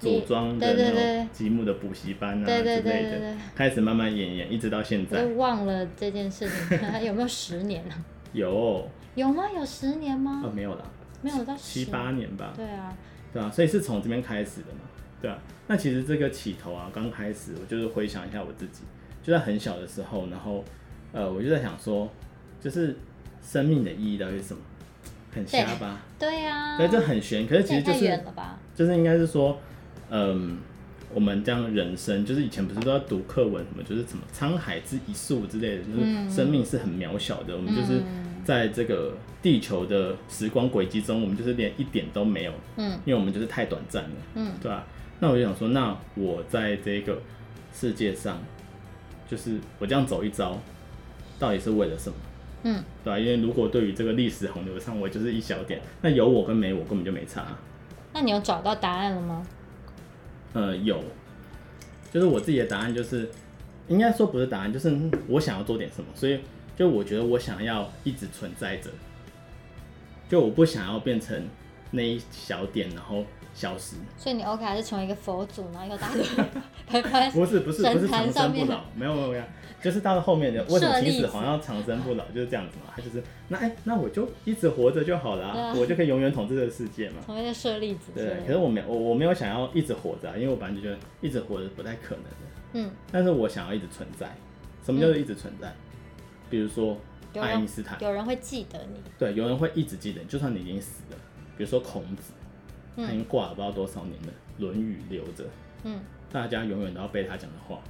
S2: 组装的
S1: 对对
S2: 那
S1: 对
S2: 种积木的补习班啊
S1: 对对
S2: 之
S1: 对
S2: 类
S1: 对嗯
S2: 的
S1: 对，
S2: 开始慢慢演演，一直到现
S1: 我
S2: 在
S1: 都。忘了这件事情， 有没有十年呢？
S2: 有
S1: 有吗？有十年吗？
S2: 哦，没有啦，
S1: 没有到
S2: 七
S1: 十
S2: 八年吧，
S1: 对啊，
S2: 对啊，所以是从这边开始的嘛，对啊。那其实这个起头啊，刚开始我就是回想一下我自己，就在很小的时候，然后呃，我就在想说，就是生命的意义到底是什么？很瞎吧？
S1: 对啊，
S2: 对，这很悬。可是
S1: 这
S2: 其
S1: 也
S2: 实就
S1: 太
S2: 是
S1: 远了吧？
S2: 就是应该是说，嗯，我们这样人生，就是以前不是都要读课文什么，就是什么沧海之一粟之类的，
S1: 嗯
S2: 就是生命是很渺小的，我们就是在这个地球的时光轨迹中，我们就是连一点都没有，
S1: 嗯
S2: 因为我们就是太短暂了，
S1: 嗯，
S2: 对吧、那我就想说，那我在这个世界上，就是我这样走一遭，到底是为了什么？
S1: 嗯，
S2: 对吧、因为如果对于这个历史洪流上，我就是一小点，那有我跟没我根本就没差、
S1: 那你有找到答案了吗？
S2: 呃，有，就是我自己的答案就是，应该说不是答案，就是我想要做点什么，所以就我觉得我想要一直存在着，就我不想要变成那一小点然后消失。
S1: 所以你 OK 还是成为一个佛祖，然后又打 拜拜
S2: 不是不是不
S1: 神
S2: 是
S1: 坛
S2: 长
S1: 上
S2: 生不
S1: 面
S2: 老，没有没有没有，就是到了后面的
S1: 舍
S2: 为什么
S1: 利
S2: 秦始
S1: 子
S2: 皇要长生不老就是这样子嘛，他就是那哎、那我就一直活着就好了、
S1: 对啊
S2: 我就可以永远统治这个世界嘛。
S1: 成为一个舍利子之
S2: 对，
S1: 类
S2: 可是
S1: 的。
S2: 我没我我没有想要一直活着、啊，因为我本来就觉得一直活着不太可能的，
S1: 嗯，
S2: 但是我想要一直存在。什么叫做一直存在？比如说
S1: 有
S2: 爱因
S1: 人
S2: 斯坦，
S1: 有人会记得你，
S2: 对，有人会一直记得你，就算你已经死了。比如说孔子，他已经挂了不知道多少年了，《论语》留着，
S1: 嗯，
S2: 大家永远都要背他讲的话。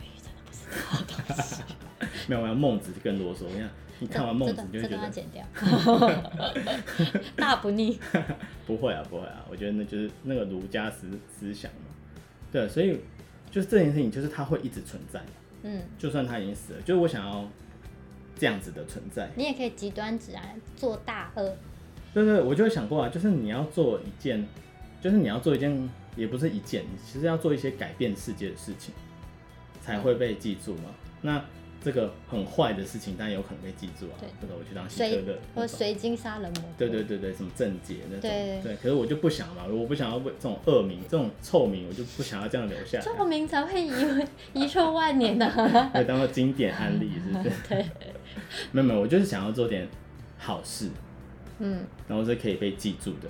S1: 论语真的不是好东西，
S2: 没有没有，孟子更啰嗦。我跟你讲，你看完 孟
S1: 这
S2: 子
S1: 段
S2: 你就会
S1: 这
S2: 觉
S1: 段要
S2: 得
S1: 剪掉，大不腻。
S2: 不会啊，不会啊，我觉得那就是那个儒家思思想嘛。对，所以就是这件事情，就是它会一直存在，
S1: 嗯，
S2: 就算他已经死了，就是我想要这样子的存在。
S1: 你也可以极端直然做大恶，
S2: 对对，我就会想过啊，就是你要做一件，就是你要做一件，也不是一件，你其实要做一些改变世界的事情，才
S1: 嗯
S2: 会被记住嘛。那这个很坏的事情，但有可能被记住啊
S1: 对。
S2: 这个我去当希特
S1: 随
S2: 勒那
S1: 或
S2: 种，
S1: 随金杀人魔。
S2: 对对对对，什么正解那种，
S1: 对
S2: 可是我就不想嘛，我不想要为这种恶名、这种臭名，我就不想要这样留下来。
S1: 这么名才会遗为遗臭万年的、
S2: 可以当做经典案例，是不是？
S1: 对，
S2: 没有没有，我就是想要做点好事，
S1: 嗯，
S2: 然后是可以被记住的，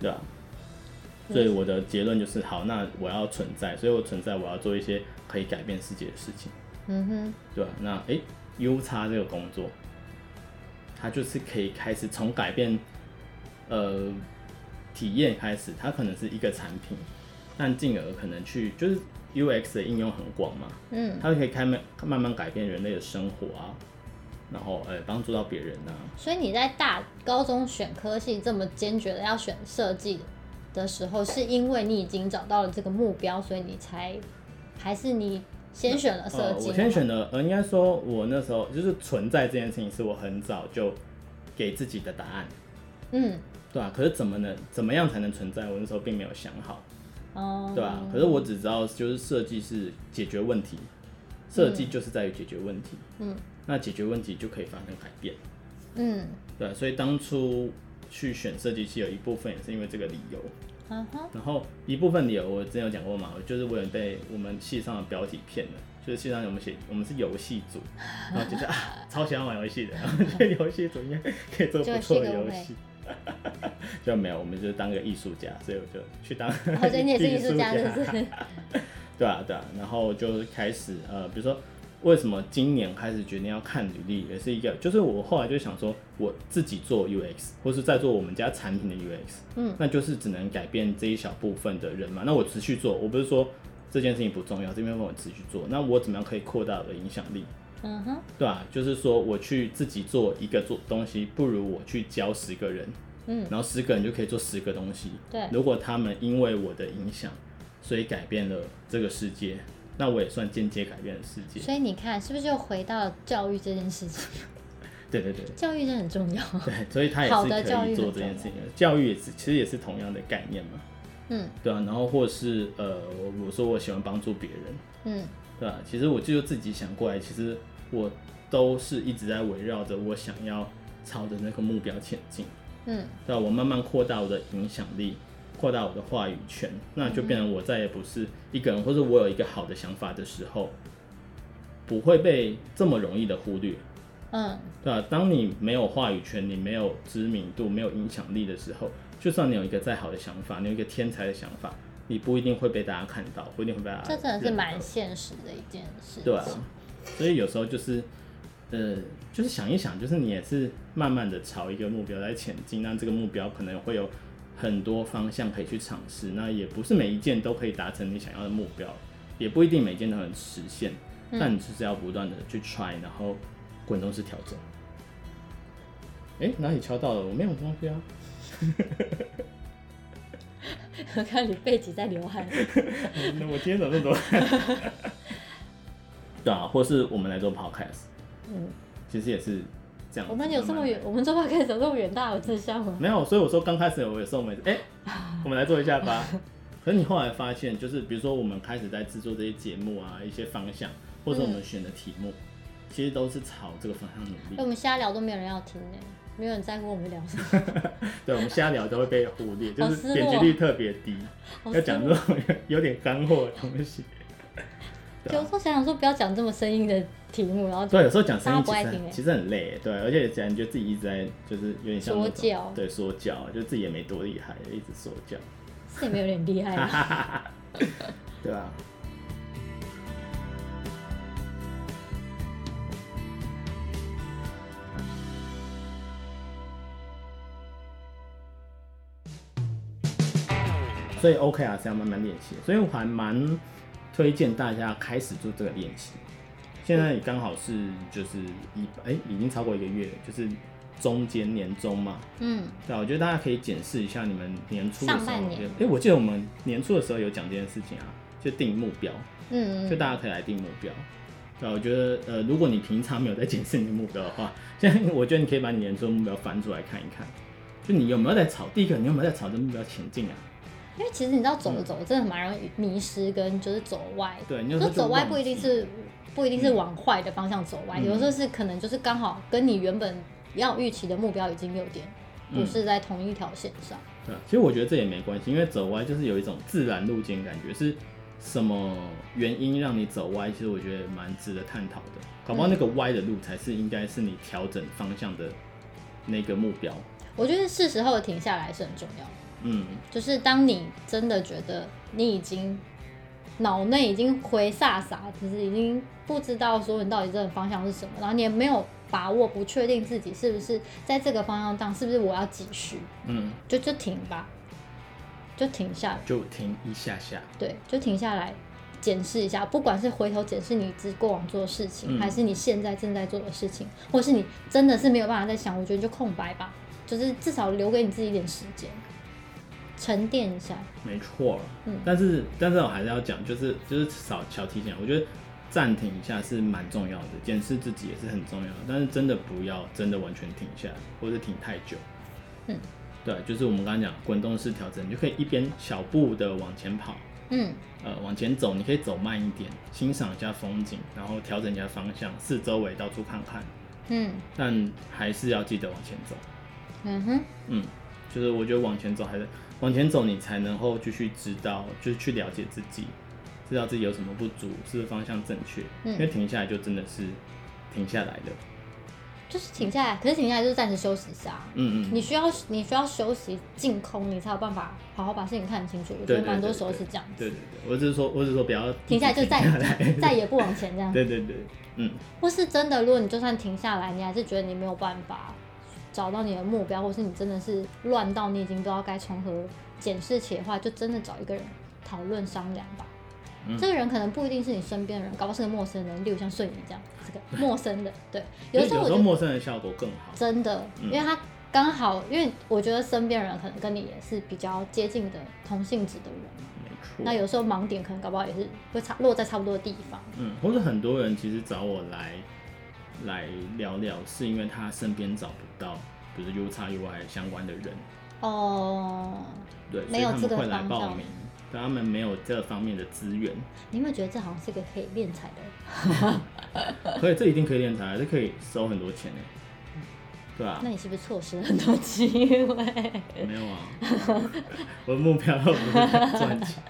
S2: 对吧、所以我的结论就是，好，那我要存在，所以我存在，我要做一些可以改变世界的事情，
S1: 嗯哼，
S2: 对吧、那诶，U 叉这个工作，它就是可以开始从改变，呃，体验开始，它可能是一个产品，但进而可能去就是 UX 的应用很广嘛，
S1: 嗯，
S2: 它可以开慢慢慢改变人类的生活啊，然后呃帮助到别人啊，
S1: 所以你在大高中选科系这么坚决的要选设计的时候，是因为你已经找到了这个目标，所以你才，还是你先选了设
S2: 呃，
S1: 计、
S2: 我先选的，呃，应该说，我那时候就是存在这件事情，是我很早就给自己的答案，
S1: 嗯，
S2: 对啊，可是怎么能怎么样才能存在？我那时候并没有想好，
S1: 哦、
S2: 对啊，可是我只知道，就是设计是解决问题，设计就是在于解决问题，
S1: 嗯，
S2: 那解决问题就可以发生改变，
S1: 嗯，
S2: 对啊、所以当初去选设计系有一部分也是因为这个理由，
S1: 嗯 哼，
S2: 然后一部分理由我之前有讲过嘛，我就是我有被我们系上的 标题骗了，就是系上我们写我们是游戏组，然后就是啊超喜欢玩游戏的， 然后觉得游戏组应该可以做不错的游戏， 就没有我们就是当个艺术家，所以我就去当
S1: 哦所以你也是艺术家
S2: 艺
S1: 是不是
S2: 对啊对啊，然后就开始呃，比如说。为什么今年开始决定要看履历，也是一个，就是我后来就想说，我自己做 UX，或是在做我们家产品的 UX，那就是只能改变这一小部分的人嘛。那我持续做，我不是说这件事情不重要，这边我持续做，那我怎么样可以扩大我的影响力，
S1: 嗯哼，
S2: 对吧、就是说我去自己做一个做东西，不如我去教十个人，
S1: 嗯，
S2: 然后十个人就可以做十个东西。
S1: 对
S2: 如果他们因为我的影响，所以改变了这个世界，那我也算间接改变了世界。
S1: 所以你看，是不是又回到了教育这件事情？
S2: 对对对。
S1: 教育真的很重要。
S2: 对，所以他也
S1: 好的
S2: 是
S1: 教育
S2: 可
S1: 很
S2: 以做这件事情的。教育也是，其实也是同样的概念嘛。
S1: 嗯
S2: 对啊，然后或是呃，我我说我喜欢帮助别人，
S1: 嗯
S2: 对啊，其实我就自己想过来，其实我都是一直在围绕着我想要朝着那个目标前进，
S1: 嗯
S2: 对啊，我慢慢扩大我的影响力，扩大我的话语权，那就变成我再也不是一个人，或者我有一个好的想法的时候，不会被这么容易的忽略，
S1: 嗯，
S2: 对啊，当你没有话语权，你没有知名度，没有影响力的时候，就算你有一个再好的想法，你有一个天才的想法，你不一定会被大家看到，不一定会被大家
S1: 这真的是
S2: 认可
S1: 蛮现实的一件事情。
S2: 对啊，所以有时候就是，呃，就是想一想，就是你也是慢慢的朝一个目标在前进，那这个目标可能会有很多方向可以去尝试，那也不是每一件都可以达成你想要的目标，也不一定每一件都能实现，
S1: 嗯
S2: 但你就是要不断的去 try，然后滚动式调整。哎、哪里敲到了？我没有东西啊。
S1: 我 看你背脊在流 汗。
S2: 嗯那我今天怎么那么多？ 对啊，或是我们来做 podcast，
S1: 嗯，
S2: 其实也是这样子。
S1: 我们有这
S2: 慢慢
S1: 么远，我们做 p 开始有这么远大有志向吗？
S2: 没有，所以我说刚开始我有时候每次哎，我们来做一下吧。可是你后来发现，就是比如说我们开始在制作这些节目啊，一些方向，或者我们选的题目，
S1: 嗯
S2: 其实都是朝这个方向努
S1: 因为我
S2: 力。
S1: 们瞎聊都没有人要听呢，没有人在乎我们聊什么。
S2: 对，我们瞎聊都会被忽略，就
S1: 好
S2: 是
S1: 失
S2: 点击
S1: 落
S2: 率特别低。
S1: 好
S2: 要讲
S1: 失
S2: 这
S1: 落
S2: 种有点干货的 东西。对
S1: 有
S2: 啊
S1: 时候想想说，不要讲这么生硬的题目，然后就
S2: 对，有时候讲声音
S1: 大家不
S2: 其
S1: 爱
S2: 实
S1: 听
S2: 很
S1: 欸
S2: 其实很累欸，对，而且感觉自己一直在就是有点像那
S1: 说
S2: 种
S1: 教
S2: 对说教，就自己也没多厉害，一直说教，
S1: 是也没有点厉害啊。
S2: 对吧、啊？所以 OK 啊是要慢慢练习的，所以我还蛮推荐大家开始做这个练习。现在也刚好是就是一哎、已经超过一个月了，就是中间年中嘛，
S1: 嗯，
S2: 对啊，我觉得大家可以检视一下你们年初的时候，
S1: 上半年
S2: 哎、诶我记得我们年初的时候有讲这件事情啊，就定目标，
S1: 嗯
S2: 就大家可以来定目标。对啊，我觉得呃，如果你平常没有在检视你的目标的话，现在我觉得你可以把你年初的目标翻出来看一看，就你有没有在朝第一个，你有没有在朝着目标前进啊？
S1: 因为其实你知道，走着走着真的蛮容易迷失，跟就是走歪。
S2: 对，你有
S1: 就
S2: 时候
S1: 是
S2: 就
S1: 走歪
S2: 忘
S1: 不一定
S2: 记
S1: 是不一定是往坏的方向走歪，
S2: 嗯
S1: 有时候是可能就是刚好跟你原本要预期的目标已经有点
S2: 嗯
S1: 不是在同一条线上。
S2: 对啊，其实我觉得这也没关系，因为走歪就是有一种自然路径的感觉，是什么原因让你走歪？其实我觉得蛮值得探讨的。搞不好那个歪的路才是应该是你调整方向的那个目标。
S1: 我觉得是时候停下来是很重要的，
S2: 嗯，
S1: 就是当你真的觉得你已经脑内已经回飒飒，就是已经不知道说你到底这个方向是什么，然后你也没有把握，不确定自己是不是在这个方向上，是不是我要继续，
S2: 嗯，
S1: 就就停吧，就停下来。
S2: 就停一下下。
S1: 对，就停下来检视一下，不管是回头检视你之过往做的事情，
S2: 嗯
S1: 还是你现在正在做的事情，或是你真的是没有办法再想，我觉得就空白吧，就是至少留给你自己一点时间，沉淀一下。
S2: 没错。
S1: 嗯
S2: 但是但是我还是要讲，就是就是少小提醒，我觉得暂停一下是蛮重要的，检视自己也是很重要的，但是真的不要真的完全停下来，或者停太久。
S1: 嗯，
S2: 对，就是我们刚刚讲滚动式调整，你就可以一边小步的往前跑，
S1: 嗯，
S2: 呃，往前走，你可以走慢一点，欣赏一下风景，然后调整一下方向，四周围到处看看，
S1: 嗯，
S2: 但还是要记得往前走。
S1: 嗯哼，
S2: 嗯，就是我觉得往前走还是往前走，你才能够继续知道，就是去了解自己，知道自己有什么不足，是不是方向正确。
S1: 嗯
S2: 因为停下来就真的是停下来的。
S1: 就是停下来，可是停下来就是暂时休息一下啊。
S2: 嗯
S1: 你
S2: 嗯，
S1: 需要你需要休息净空，你才有办法好好把事情看清楚。我觉
S2: 对
S1: 得
S2: 对
S1: 蛮多
S2: 对
S1: 时候
S2: 对
S1: 是这样子，
S2: 对对对，我只是说，我只是说不要
S1: 停下来就再
S2: 停来
S1: 再也不往前这样。
S2: 对对对，嗯，
S1: 或是真的，如果你就算停下来，你还是觉得你没有办法找到你的目标，或是你真的是乱到你已经不知道该从何检视起的话，就真的找一个人讨论商量吧。
S2: 嗯
S1: 这个人可能不一定是你身边的人，搞不好是个陌生人，例如像瞬移这样，是个 陌生的。对，有的时候
S2: 有
S1: 我
S2: 时
S1: 觉
S2: 候
S1: 得
S2: 陌生人效果更好。
S1: 真的，因
S2: 嗯
S1: 为他刚好，因为我觉得身边人可能跟你也是比较接近的同性质的人，
S2: 没错。
S1: 那有时候盲点可能搞不好也是会差落在差不多的地方。
S2: 嗯，或者很多人其实找我来来聊聊，是因为他身边找不到，比如 U 叉 U I 相关的人，
S1: 哦，
S2: 对，所
S1: 没
S2: 以
S1: 有
S2: 他
S1: 这
S2: 们
S1: 个
S2: 会来
S1: 方
S2: 报
S1: 向
S2: 名，但他们没有这方面的资源，
S1: 你有没有觉得这好像是一个可以练财的
S2: 所以这一定可以练财，这可以收很多钱呢，对啊
S1: 那，你是不是错失了很多机会？
S2: 没有啊， 我的目标不是赚 钱。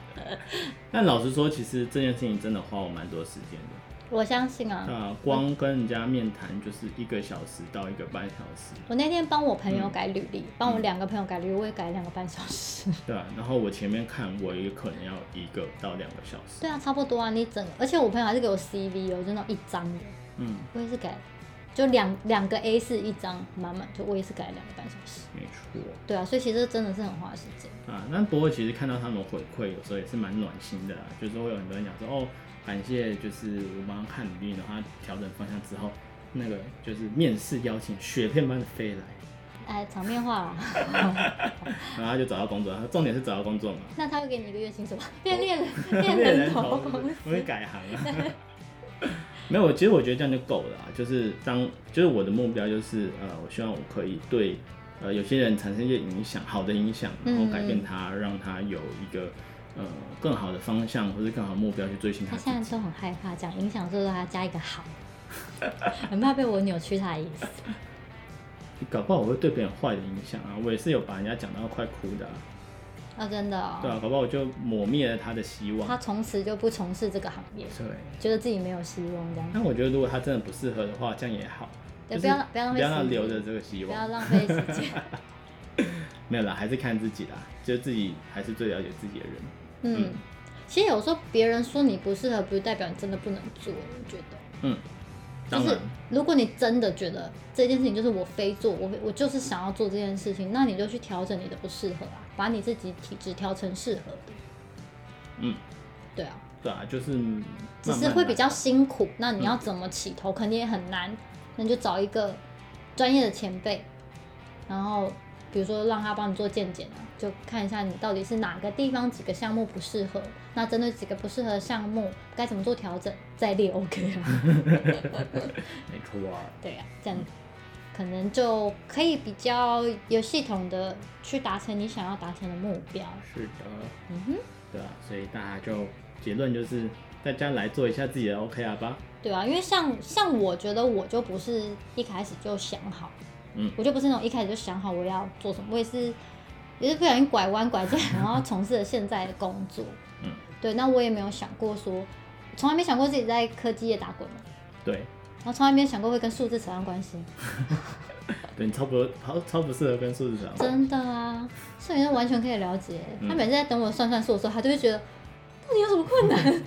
S2: 但老实说，其实这件事情真的花我蛮多时间的。
S1: 我相信啊，
S2: 那光跟人家面谈就是一个小时到一个半小时，
S1: 我那天帮我朋友改履历，帮、我两个朋友改履历，我也改了两个半小时。
S2: 对啊，然后我前面看我也可能要一个到两个小时。
S1: 对啊，差不多啊，你整个，而且我朋友还是给我 CV 哦，就那种一张的，
S2: 嗯，
S1: 我也是改，就两两个 A 四一张，满满，就我也是改了两个半小时。
S2: 没错
S1: 对啊，所以其实真的是很花时间。
S2: 啊。那不过其实看到他们回馈，有时候也是蛮暖心的啦。就是会有很多人讲说，哦，感谢就是我帮他看履历，然后他调整方向之后，那个就是面试邀请雪片般的飞来，
S1: 哎，场面话啦，
S2: 然后他就找到工作。他重点是找到工作嘛，
S1: 那他会给你一个月薪水吗？ 变猎人， 变
S2: 猎
S1: 哦人
S2: 人
S1: 头
S2: 头
S1: 公司，
S2: 我会改 行了。没有，其实我觉得这样就够了啊。就是当，就是我的目标就是，呃，我希望我可以对，
S1: 嗯
S2: 呃，有些人产生一些影响，好的影响，然后改变他，让他有一个呃更好的方向或是更好的目标去追寻他
S1: 他
S2: 自己
S1: 现。在都很害怕这样，影响最多他加一个好，很怕被我扭曲他的意思。
S2: 搞不好我会对别人坏的影响啊！我也是有把人家讲到快哭的、啊，
S1: 啊、真的
S2: 对
S1: 哦，
S2: 啊，搞不好我就抹灭了他的希望。
S1: 他从此就不从事这个行业，
S2: 对，
S1: 觉得自己没有希望这样。
S2: 但我觉得如果他真的不适合的话，这样也好，
S1: 对
S2: 就是
S1: 不要浪不要浪费
S2: 不要让
S1: 时间
S2: 留着这个希
S1: 不要
S2: 望。
S1: 浪费时 间。
S2: 没有啦，还是看自己啦，就是自己还是最了解自己的人。
S1: 嗯，其实有时候别人说你不适合，不代表你真的不能做。我觉得，
S2: 嗯，
S1: 就
S2: 当
S1: 是
S2: 然，
S1: 如果你真的觉得这件事情就是我非做，我我就是想要做这件事情，那你就去调整你的不适合啊，把你自己体质调成适合的。
S2: 嗯，
S1: 对啊，
S2: 对啊，就是慢
S1: 只是
S2: 慢
S1: 会
S2: 来嗯
S1: 比较辛苦。那你要怎么起头，肯定也很难。那你就找一个专业的前辈，然后比如说让他帮你做健检啊，就看一下你到底是哪个地方几个项目不适合，那针对几个不适合的项目该怎么做调整，再列 OK 啊。
S2: 没错啊。
S1: 对啊，这样可能就可以比较有系统的去达成你想要达成的目标。
S2: 是的，
S1: 嗯哼，
S2: 对啊，所以大家就结论就是大家来做一下自己的 OKR 吧。
S1: 对啊，因为像像我觉得我就不是一开始就想好，
S2: 嗯
S1: 我就不是那种一开始就想好我要做什么，我也是也是不小心拐弯拐进来，然后从事了现在的工作。
S2: 嗯，
S1: 对，那我也没有想过说，从来没想过自己在科技业打滚嘛，哦
S2: 对，
S1: 然后从来没有想过会跟数字扯上关系，
S2: 对你超不超超不适合跟数字长。
S1: 真的啊，所以完全可以了解。他每次在等我算算数的时候，他就会觉得到底有什么困难？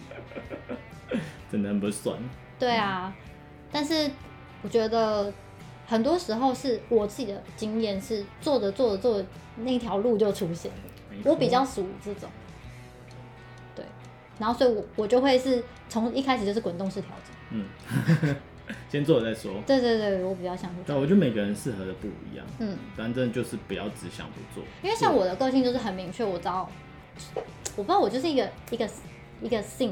S2: 真的很不爽。
S1: 对啊，
S2: 嗯
S1: 但是我觉得很多时候是我自己的经验是做着做着做着那条路就出现了，
S2: 没
S1: 我比
S2: 错
S1: 较属于这种，对，然后所以我我就会是从一开始就是滚动式调整，
S2: 嗯， 先做了再说。
S1: 对对对，我比较想是这
S2: 对，
S1: 样，
S2: 我觉得每个人适合的不一样，
S1: 嗯，
S2: 反正就是不要只想不做。
S1: 因为像我的个性就是很明确，我知道，我不知道我就是一个一个一个 thing，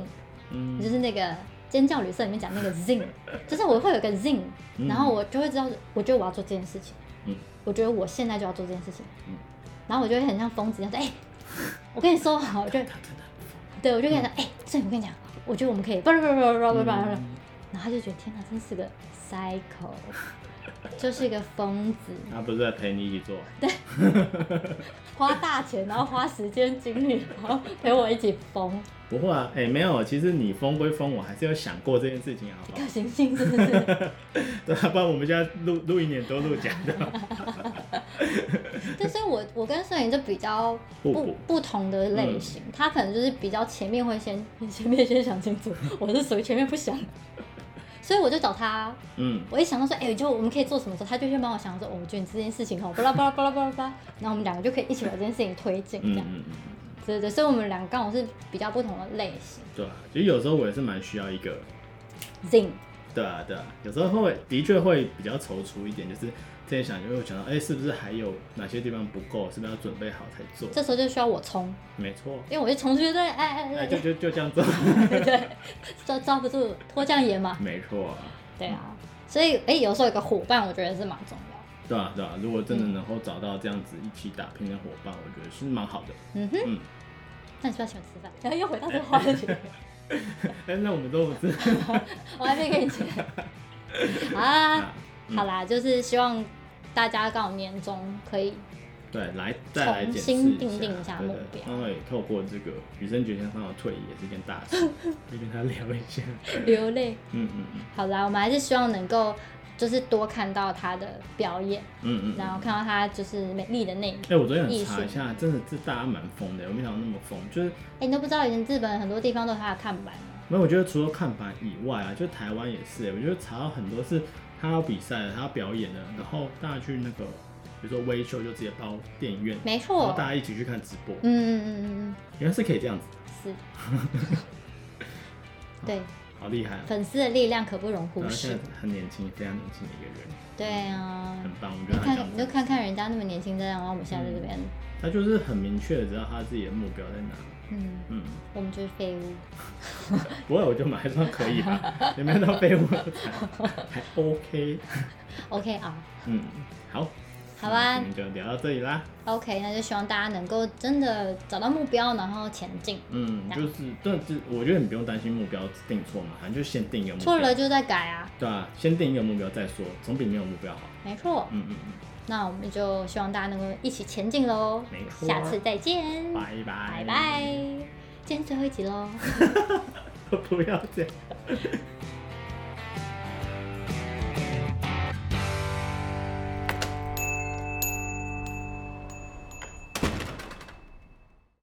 S2: 嗯
S1: 就是那个。尖叫旅社里面讲那个 zing，就是我会有个 zing，
S2: 嗯
S1: 然后我就会知道，我觉得我要做这件事情，
S2: 嗯，
S1: 我觉得我现在就要做这件事情，
S2: 嗯
S1: 然后我就会很像疯子一样说，哎、我跟你说好，我 就
S2: 真的
S1: 对我就跟他说，哎、所以我跟你讲，我觉得我们可以，叭叭叭叭叭叭叭叭
S2: 嗯
S1: 然后他就觉得天哪，真是个 psycho，就是一个疯子，
S2: 他啊不是在陪你一起做，
S1: 花大钱，然后花时间精力，然后陪我一起疯，
S2: 不会啊，哎、没有，其实你疯归疯，我还是有想过这件事情，好不好
S1: 个？行性是不是？
S2: 对啊，不然我们现在录录一年多录假的，
S1: 对，所以我我跟摄影就比较
S2: 互
S1: 不
S2: 补嗯
S1: 不同的类型，他可能就是比较前面会先 前面先想清楚， 我是属于前面不想， 所以我就找他。
S2: 嗯，
S1: 我一想到说，哎、就我们可以做什么时候，他就先帮我想说，哦，我觉得你这件事情好，巴拉巴拉巴拉巴拉巴拉，然后我们两个就可以一起把这件事情推进，这
S2: 嗯
S1: 样，
S2: 嗯嗯，
S1: 对对对，所以我们两个刚好是比较不同的类型
S2: 对啊，其实有时候我也是蛮需要一个，
S1: ，zing，
S2: 对啊对啊，有时候会的确会比较踌躇一点，就是之前想就会想到，哎、是不是还有哪些地方不够，是不是要准备好才做？
S1: 这时候就需要我冲，
S2: 没错，
S1: 因为我就冲出去，对，哎哎
S2: 哎、
S1: 哎
S2: 就
S1: 哎，
S2: 就就这样做，
S1: 对 对，抓抓不住脱缰野马，
S2: 没错。
S1: 对啊，所以哎、有时候有个伙伴，我觉得是蛮重要的。
S2: 对啊，对啊，如果真的能够找到这样子一起打拼的伙伴，我觉得是蛮好的。
S1: 嗯哼，
S2: 嗯，
S1: 那你是不是喜欢吃饭？然后又回到这个话题，
S2: 哎，那我们都不是
S1: 我还没给 你钱啊
S2: 啊。嗯
S1: 好啦，就是希望大家刚好年终可 以
S2: 对，来再来
S1: 重
S2: 检视
S1: 新定定一下
S2: 对
S1: 目
S2: 对
S1: 标
S2: 因为透过这个羽生结弦上的退役也是件大事， 可以跟他聊一下。
S1: 流泪。
S2: 嗯嗯嗯
S1: 好啦，我们还是希望能够就是多看到他的表演，
S2: 嗯嗯。
S1: 然后看到他就是美丽的那一面。
S2: 哎、我昨天
S1: 艺
S2: 有
S1: 术
S2: 查一下，真的是大家蛮疯的，我没想到那么疯。就是
S1: 哎、你都不知道以前日本很多地方都有他的看板哦吗
S2: 没有，我觉得除了看板以外啊，就台湾也是，我觉得查到很多是他要比赛了，他要表演了，然后大家去那个，比如说微秀就直接包电影院，
S1: 没
S2: 然后
S1: 错
S2: 大，家一起去看直播，
S1: 嗯嗯嗯嗯
S2: 原来是可以这样子，
S1: 嗯， 是。对，
S2: 好厉害啊！
S1: 粉丝的力量可不容忽
S2: 然后啊现
S1: 视。
S2: 在很年轻，非常年轻的一个人，
S1: 对啊，
S2: 很棒，我觉
S1: 你
S2: 得他
S1: 看，
S2: 这样
S1: 你就
S2: 子，
S1: 看看人家那么年轻这样，然后我们现在在这边，
S2: 他就是很明确的知道他自己的目标在哪。
S1: 嗯，
S2: 嗯，
S1: 我们就是废物。
S2: 不会，我觉得马上可以吧，有没有到废物？还 OK。
S1: OK 啊，
S2: 嗯，好，
S1: 好吧
S2: 那我们就聊到这里啦。
S1: OK，那就希望大家能够真的找到目标，然后前进。
S2: 嗯，就是，但是我觉得你不用担心目标定错嘛，反正就先定一个目标，
S1: 错了就再改啊，
S2: 对啊，先定一个目标再说，总比没有目标好。
S1: 没错。
S2: 嗯嗯嗯，
S1: 那我们就希望大家能够一起前进喽
S2: 没。错
S1: 下次再见，
S2: 拜拜
S1: 拜 拜。今天最后一集喽。
S2: 不要这样。